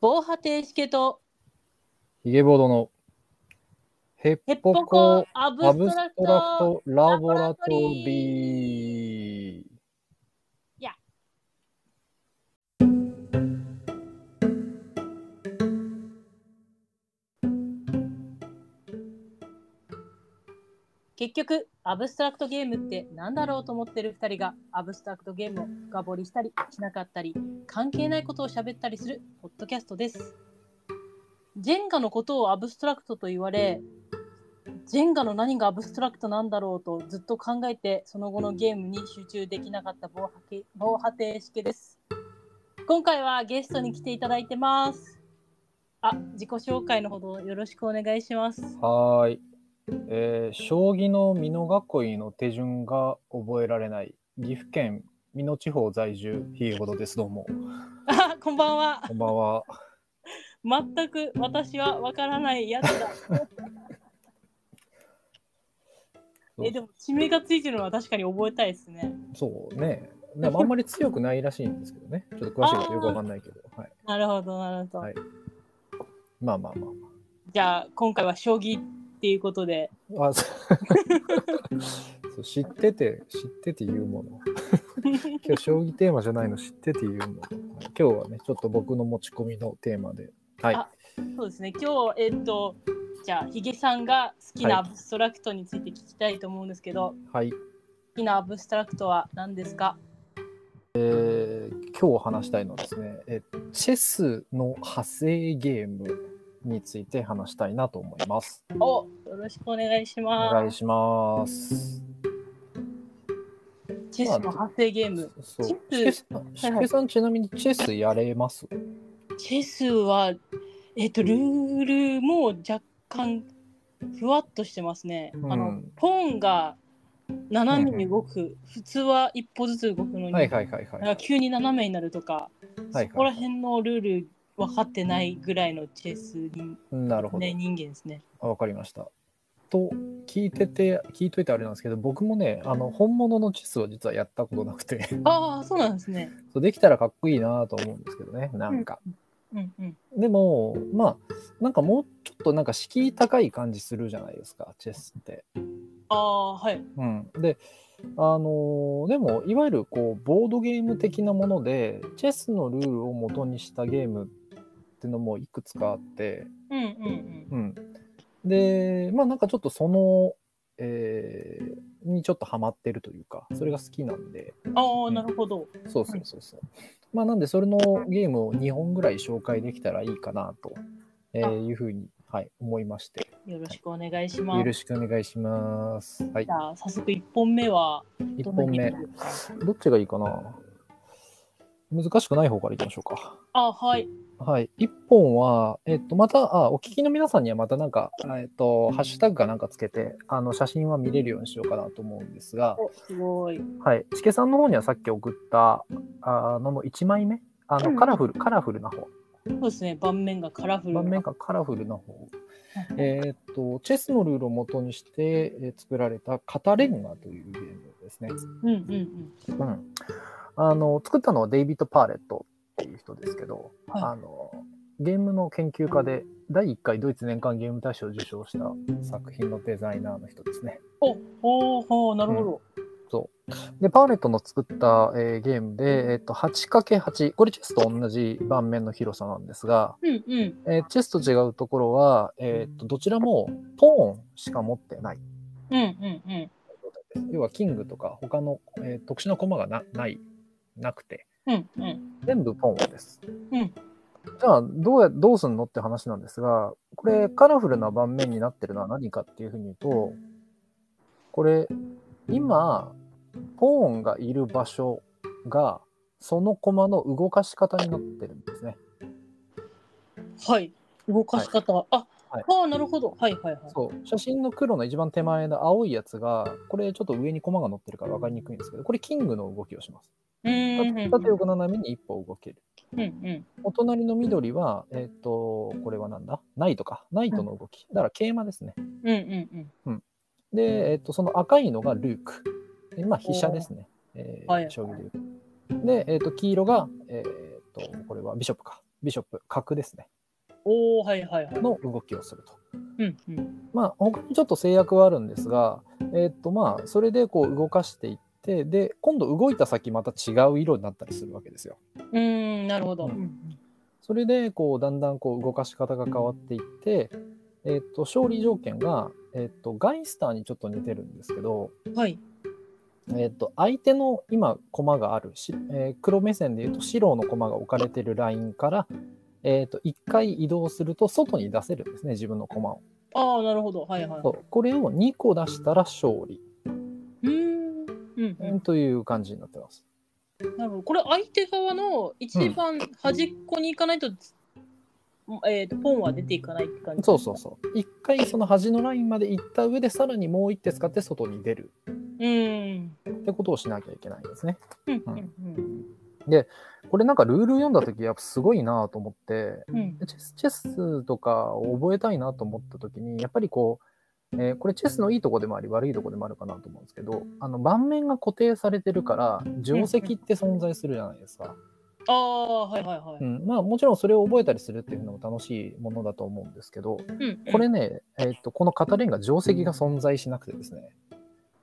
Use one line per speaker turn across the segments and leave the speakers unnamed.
防波堤しけと
ヒゲボードのヘ
ヘッ
ッ
ポ
ポ
コ
コ
アブ
ア
ス
ブ
ト
ス
ラク
トラ
ト
クトラボラトリー。
結局アブストラクトゲームって何だろうと思ってる2人がアブストラクトゲームを深掘りしたりしなかったり関係ないことを喋ったりするポッドキャストですジェンガのことをアブストラクトと言われジェンガの何がアブストラクトなんだろうとずっと考えてその後のゲームに集中できなかった防波堤防波堤式です今回はゲストに来ていただいてますあ自己紹介のほどよろしくお願いします
はーい、えー将棋の美濃囲いの手順が覚えられない岐阜県美濃地方在住ひげほどですどうも
あこんばんは
こんばんは
全く私はわからないやつ だ。えでも地名がついてるのは確かに覚えたいですね。
そうねでもあんまり強くないらしいんですけどねちょっと詳しいことよくわかんないけど、はい、
なるほどなるほど。
はいまあまあまあ
じゃあ今回は将棋っていうことで。
まああそうそう 知ってて知ってて言うもの今日将棋テーマじゃないの知ってて言うものはい今日はねちょっと僕の持ち込みのテーマではい
あそうですね今日えっとじゃあヒゲさんが好きなアブストラクトについて聞きたいと思うんですけど、
はい
好きなアブストラクトは何ですか
えー今日話したいのはですねえチェスの派生ゲームについて話したいなと思います。
およろしくお願いし
お願
ま
いします。
す。チェスの派生ゲーム。
そう。し
チェ
げ
ス
さん、しげさんちなみにチェスやれます？
チェスはえっとルールも若干ふわっとしてますね。
うん
あのポーンが斜めに動く、普通は一歩ずつ動くのに、
はいはいはい
な
は
んか
い。
急に斜めになるとか、
はい
そこら辺のルール分かってないぐらいのチェス人,、
なるほ
ね、
ど。
人間ですね。
あわかりました。と聞いてて聞いといてあれなんですけど、僕もねあの本物のチェスは実はやったことなくて、
ああそうなんですね。
そうできたらかっこいいなと思うんですけどね。なんか。
うんうん。
でもまあなんかもうちょっとなんか敷居高い感じするじゃないですかチェスって。
ああはい。
うん、であのーでもいわゆるこうボードゲーム的なものでチェスのルールを元にしたゲームってのもいくつかあって、
うんうん
うん、でまあなんかちょっとその、えーにちょっとハマってるというかそれが好きなんで
うん。ああなるほど。
そうそうそうそう。まあなんでそれのゲームを2本ぐらい紹介できたらいいかなと、えーいうふうに、はい、思いまして
よろしくお願いしま
よろ
す。
しくお願いします。はい
じ、ゃあ早速一本目は
1
どんな
本
ゲー
目
ムですか
どっちがいいかな難しくない方からいきましょうか。
あはい。
はい。1本は、えっと、また、あ、お聞きの皆さんにはまたなんか、あえっと、ハッシュタグかなんかつけて、あの、写真は見れるようにしようかなと思うんですが、
おすごい。
はい。ちけさんの方にはさっき送った、あのの1枚目、あ
うん
の、カラフル、カラフルな方、
そうですね盤面がカラフルな。
盤面がカラフルな方、えっと、チェスのルールを元にしてえー作られた、カタレンガというゲームですね。
うんうんうん。
うん、あの作ったのはデイビッド・パーレットっていう人ですけど、
はい
あのゲームの研究家で第1回ドイツ年間ゲーム大賞を受賞した作品のデザイナーの人ですね。
おほうほうなるほど。
でパーレットの作った、えーゲームで、えっと 8×8 これチェスと同じ盤面の広さなんですが、
うんうん。
えーチェスと違うところは、えっとどちらもポーンしか持ってない
うんうんうん。
状態です。要はキングとか他の、えー特殊な駒がなないなくて
うんうん。
全部ポーンです。
うん
じゃあどうや、どうすんのって話なんですが、これ、カラフルな盤面になってるのは何かっていうふうに言うと、これ、今、ポーンがいる場所が、その駒の動かし方になってるんですね。
はい。動かし方。あ、
はい
ああなるほど。はいはいはい。
そう写真の黒の一番手前の青いやつが、これちょっと上に駒が乗ってるから分かりにくいんですけど、これキングの動きをします。
うーんうん
縦横斜めに一歩動ける。
うんうん。
お隣の緑は、えっ、と、これはなんだナイトか。ナイトの動き。だから桂馬ですね。
うんうん
で、えっと、その赤いのがルーク。でまあ、飛車ですね。えー
はい
将棋で言うと。で、えっと、黄色が、えーっと、これはビショップか。ビショップ、角ですね、
おおはいはいはい。
の動きをすると。
うんうん。
まあ、他にちょっと制約はあるんですが、えーっとまあ、それでこう動かしていって、で、今度動いた先また違う色になったりするわけですよ。
うーんなるほど。
う
うんん
それでこうだんだんこう動かし方が変わっていって、えーっと勝利条件が、えーっとガイスターにちょっと似てるんですけど、
うんはい。
えーっと相手の今駒があるし、えー黒目線でいうと白の駒が置かれてるラインから、えーっと1回移動すると外に出せるんですね自分の駒を。
ああなるほどはいはい。
そうこれを2個出したら勝利、
うーんうんうん。
という感じになってます。
なるほど。これ相手側の一番端っこに行かないと、えっ、とポンは出ていかないって感じ。
そうそうそう。一回その端のラインまで行った上でさらにもう一手使って外に出る
うーん。
ってことをしなきゃいけないんですね。
うんうんうん
これなんかルール読んだ時やっぱすごいなと思って
うん
チェスチェスとかを覚えたいなと思った時にやっぱりこう、えーこれチェスのいいとこでもあり悪いとこでもあるかなと思うんですけどあの盤面が固定されてるから定石って存在するじゃないですか。
ああはいはいは
う
い。
ん、まあもちろんそれを覚えたりするっていうのも楽しいものだと思うんですけど
うんうん
これね、えーっとこの型レンガ定石が存在しなくてですね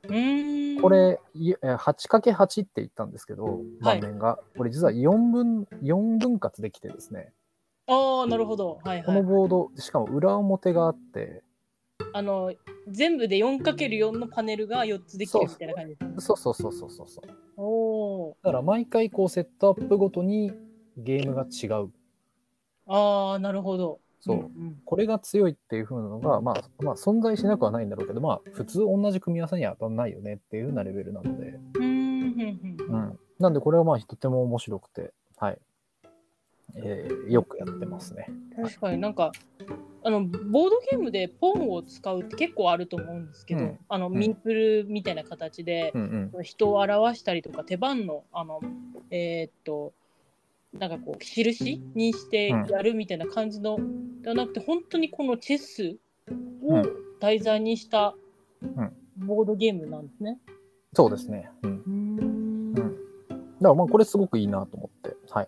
うーん
これ、いえー 8×8 って言ったんですけど、
は
盤
い
面が、これ実は4分、4分割できてですね、
ああなるほどはい
こ
はい。
のボード、しかも裏表があって、
あの全部で 4×4 のパネルが4つできるみたいな感じ。
そうそうそうそうそうそう。
おお
だから毎回こうセットアップごとにゲームが違う。
ああなるほど。
そう。
ん
これが強いっていう風なのが、まあ、まあ、存在しなくはないんだろうけど、まあ、普通同じ組み合わせには当たんないよねっていう風なレベルなので、
うん。うーんうん
う
うん
ん。なんで、これはまあ、とても面白くて、はい。えーよくやってますね。
確かになんかあのボードゲームでポンを使うって結構あると思うんですけど、
うん
あの
ん
ミンプルみたいな形で
うんうん。
人を表したりとか手番のあのえーっとなんかこう印にしてやるみたいな感じの、ではなくて本当にこのチェス
う
を
ん
題材にした
ん
ボードゲームなんですね。
そうですね。うん。
うん
うんだからまあこれすごくいいなと思って、はい、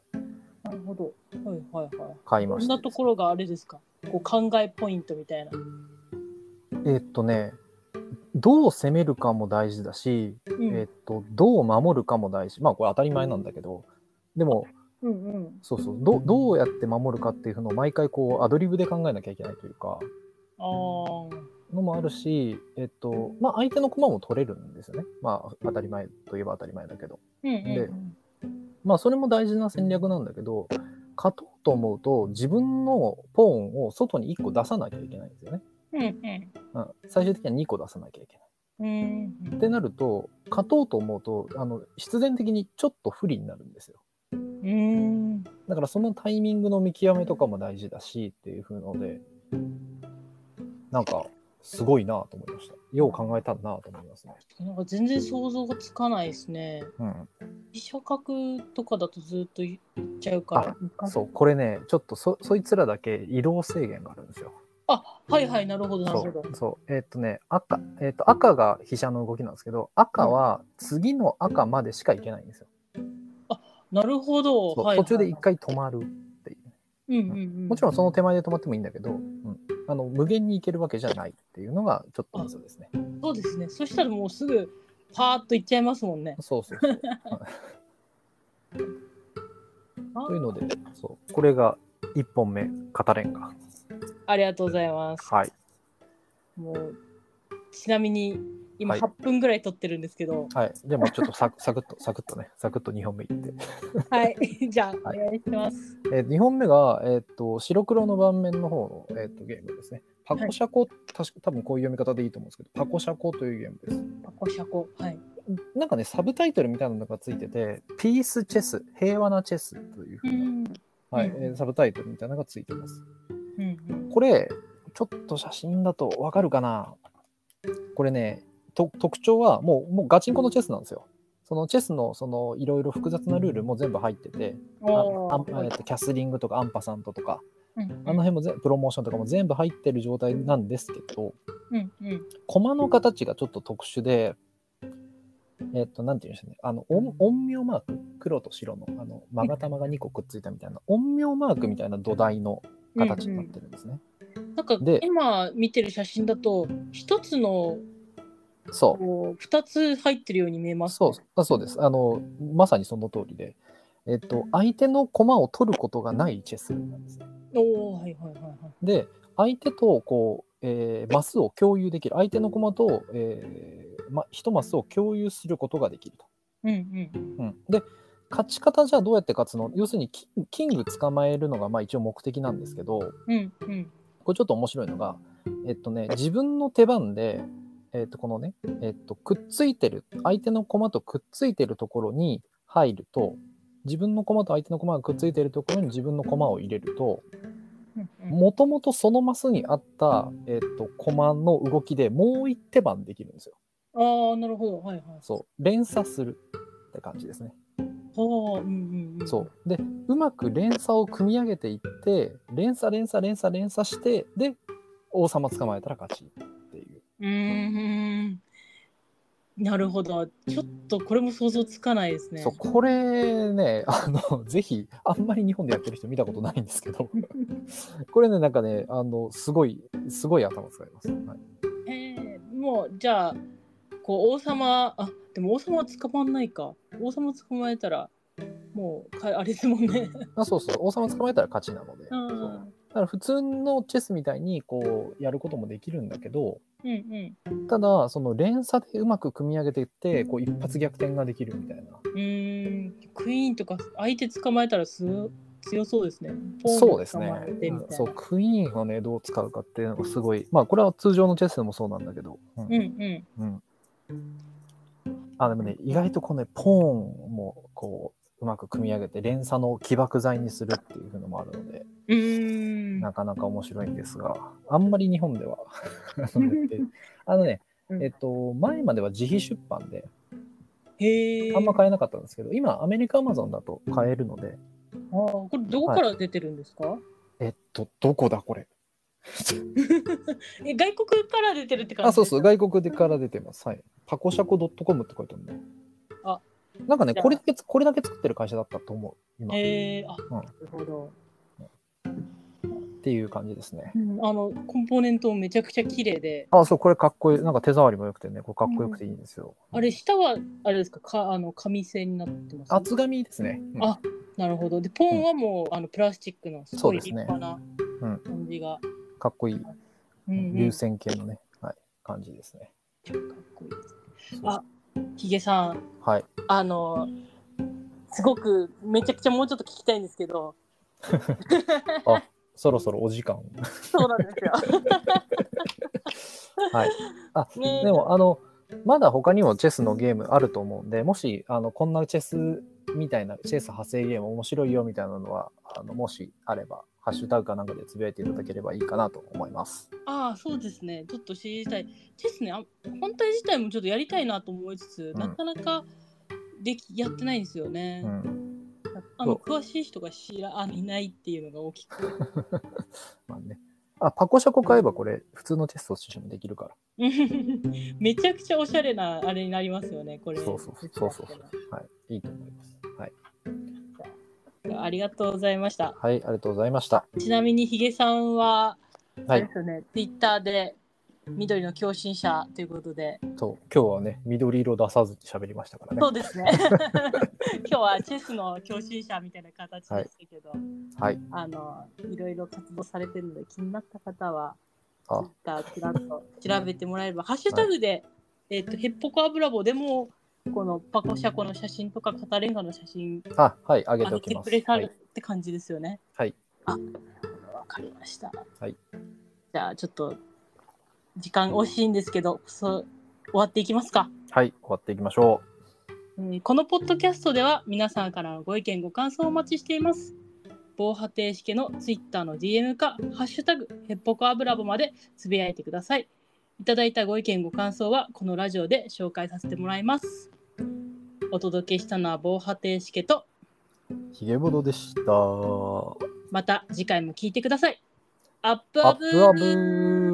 なるほど。はいはいはい。
買い
こ
ま
ん
した。
なところがあれですかこう考えポイントみたいな。
えーっとね、どう攻めるかも大事だし、
うん
えーっと、どう守るかも大事。まあこれ当たり前なんだけど、でも、
うんうん、
そうそう、どどうやって守るかっていうのを毎回こうアドリブで考えなきゃいけないというか、
あー
のもあるし、えーっと、まあ相手の駒も取れるんですよね。まあ当たり前といえば当たり前だけど。
うんうん
で
うん
まあそれも大事な戦略なんだけど、勝とうと思うと自分のポーンを外に1個出さなきゃいけないんですよね。
うん
うん最終的には2個出さなきゃいけない。
うん
っ
う
てなると勝とうと思うとあの必然的にちょっと不利になるんですよ
ん
だからそのタイミングの見極めとかも大事だしっていう風のでなんかすごいなと思いましたよう考えたんなと思いますね、
なんか全然想像がつかないですね。
うん、
飛車角とかだとずっといっちゃうから。
そうこれねちょっとそそいつらだけ移動制限があるんですよ
あはいはいなるほどなる
そ
ほど。
うそうえーっとね赤、えーっと赤が飛車の動きなんですけど赤は次の赤までしか行けないんですよ、
なるほど。
そう
はいはい
途中で一回止まるっていう
うんうんうん。
もちろんその手前で止まってもいいんだけど、うん、あの無限に行けるわけじゃないっていうのがちょっとミソですね。
そうですね。そしたらもうすぐパーッといっちゃいますもんね。
そうそうそう。
あ
というので、そうこれが1本目、語れんが。
ありがとうございます。
はい。
もうちなみに今
はい
8分ぐらい撮ってるんですけど。
はい、じゃあもうちょっとサク サクッと、サクッとね、サクッと2本目いって。
はい、 じゃあお
はい
願いします。
え2本目が、えーっと白黒の盤面の方の、えーっとゲームですね。パコシャコ、確か多分こういう読み方でいいと思うんですけど、パコシャコというゲームです。
パコシャコはい。
なんかね、サブタイトルみたいなのがついてて、ピースチェス、平和なチェスというふう
う
な、
ん
はい
うん
えーサブタイトルみたいなのがついてます。
うんうん。
これちょっと写真だとわかるかなこれねと特徴はもうもうガチンコのチェスなんですよそのチェスのそのいろいろ複雑なルールも全部入っててああん
おー
えっとキャスリングとかアンパサントとか
うん
あの辺もぜプロモーションとかも全部入ってる状態なんですけど
うんうん
駒の形がちょっと特殊でえっと、なんていうんでしょうね。あの、音音苗マーク、黒と白の、あの、まが玉が2個くっついたみたいな、音苗マークみたいな土台の形になってるんですね。
なんか
で
今見てる写真だと一つの
そう。
こう二つ入ってるように見えます。
そうあそうですあの。まさにその通りで、えっと、相手の駒を取ることがないチェスなんですね。
おおはいはいはいはい。
で、相手とこう、えーマスを共有できる、相手の駒と、えーま、1マスを共有することができると。
うんうん。
うん、で、勝ち方じゃあどうやって勝つの要するにキン、キング捕まえるのがまあ一応目的なんですけど、
うんうん。
これちょっと面白いのが、えっとね、自分の手番で、えっと、このね、えっと、くっついてる、相手の駒とくっついてるところに入ると、自分の駒と相手の駒がくっついてるところに自分の駒を入れると、
うんうん
もともとそのマスにあった、えっと、駒の動きでもう一手番できるんですよ。
ああなるほどはいはい。
そう。連鎖するって感じですね。
はあうんうんうん。
そう。で、うまく連鎖を組み上げていって、連鎖、連鎖、連鎖、連鎖して、で、王様捕まえたら勝ちっていう。
うーん。なるほど。ちょっとこれも想像つかないですね。
そうこれね あのぜひあんまり日本でやってる人見たことないんですけ どこれねなんかねあのすごいすごい頭使います、はい
ええもうじゃあこう王様あでも王様は捕まんないか。王様捕まえたらもうかあれですもんね。
あそうそう王様捕まえたら勝ちなので、
うん
そうだから普通のチェスみたいにこうやることもできるんだけど
うんうん。
ただその連鎖でうまく組み上げていってこう一発逆転ができるみたいな
うーんクイーンとか相手捕まえたらす強そうですね。ポンと
そうですね
捕まえてみたいな
そうクイーンをねどう使うかっていうのがすごいまあこれは通常のチェスでもそうなんだけど、うん
うんうん。
うん。あ、でもね、意外とこのね、ポーンもこう、うまく組み上げて、連鎖の起爆剤にするっていうのもあるので、
うーん。
なかなか面白いんですが、あんまり日本ではあのやって あのね
う、ん
えっと、前までは自費出版で、
へえ。
あんま買えなかったんですけど、今、アメリカアマゾンだと買えるので、
あーこれどこから出てるんですか、
えっと、どこだこれ。
え外国から出てるって感じ
あ、そうそう、外国でから出てます。はい。パコシャコ .com って書いてあるね。
あ
なんかね、
じゃあ
これだけ、これだけ作ってる会社だったと思う、今。
へえあ、
うん
なるほど、
っていう感じですね。
あのコンポーネントもめちゃくちゃ綺麗で
あ、そう、これかっこいい。なんか手触りも良くてね、これかっこよくていいんですよ。
あれ下はあれですかかあの紙製になってます、
厚紙ですね。うん
あなるほどでポンはもう、あのプラスチックのす
そう
ごい
です
立
ね
派な
うん
感じが
かっこいい、
うんうん
流線形のね、はい、感じですね。
かっこいいです
そう
あヒゲさん
はい。
あのすごくめちゃくちゃもうちょっと聞きたいんですけど
そろそろお時間。
そうなんですよ
はい。 あ、
ね
でも、あの、まだ他にもチェスのゲームあると思うんで、もし、あの、こんなチェスみたいな、チェス派生ゲーム面白いよみたいなのは、あのもしあれば、ハッシュタグかなんかでつぶやいていただければいいかなと思います。
ああそうですねちょっと知りたいチェスねあ本体自体もちょっとやりたいなと思いつつ、
うん
なかなかできやってないんですよね、
うん。
あの詳しい人が知らあのいないっていうのが大き く
まあね。あ、パコシャコ買えばこれ、普通のチェスとしてもできるから。
めちゃくちゃおしゃれなあれになりますよねこれ
そうそうそうそうそうはい、いいと思います。はい、
ありがとうございました
はい、ありがとうございました。
ちなみにヒゲさんは、
は
あれ
い
で、すよねツイッターで緑の共振者ということで、
と今日はね、緑色出さずに喋りましたからね
そう。ですね 今日はチェスの共振者みたいな形でしたけど、
はい、
あのいろいろ活動されてるので気になった方は
あ、
Twitter ちらっと調べてもらえればハッシュタグで、えっとヘッポコアブラボでもこのパコシャコの写真とかカタレンガの写真
あ、はい、上げ
あ
て
の
おき
テ
ま
ッ
す。
プレさ
は
れる
い、
って感じですよね。
はい、
わかりました。
はい。
じゃあちょっと時間惜しいんですけど、そう終わっていきますか。
はい、終わっていきましょ
えーこのポッドキャストでは皆さんからのご意見ご感想をお待ちしています。防波堤式のツイッターの DM か「ハッシュタグヘッポコアブラボ」までつぶやいてください。いただいたご意見ご感想はこのラジオで紹介させてもらいます。お届けしたのは防波堤式と
う。ひげぼどでした。
また次回も聞いてください。アップ
ア
ア
ッ
ブ
プアブ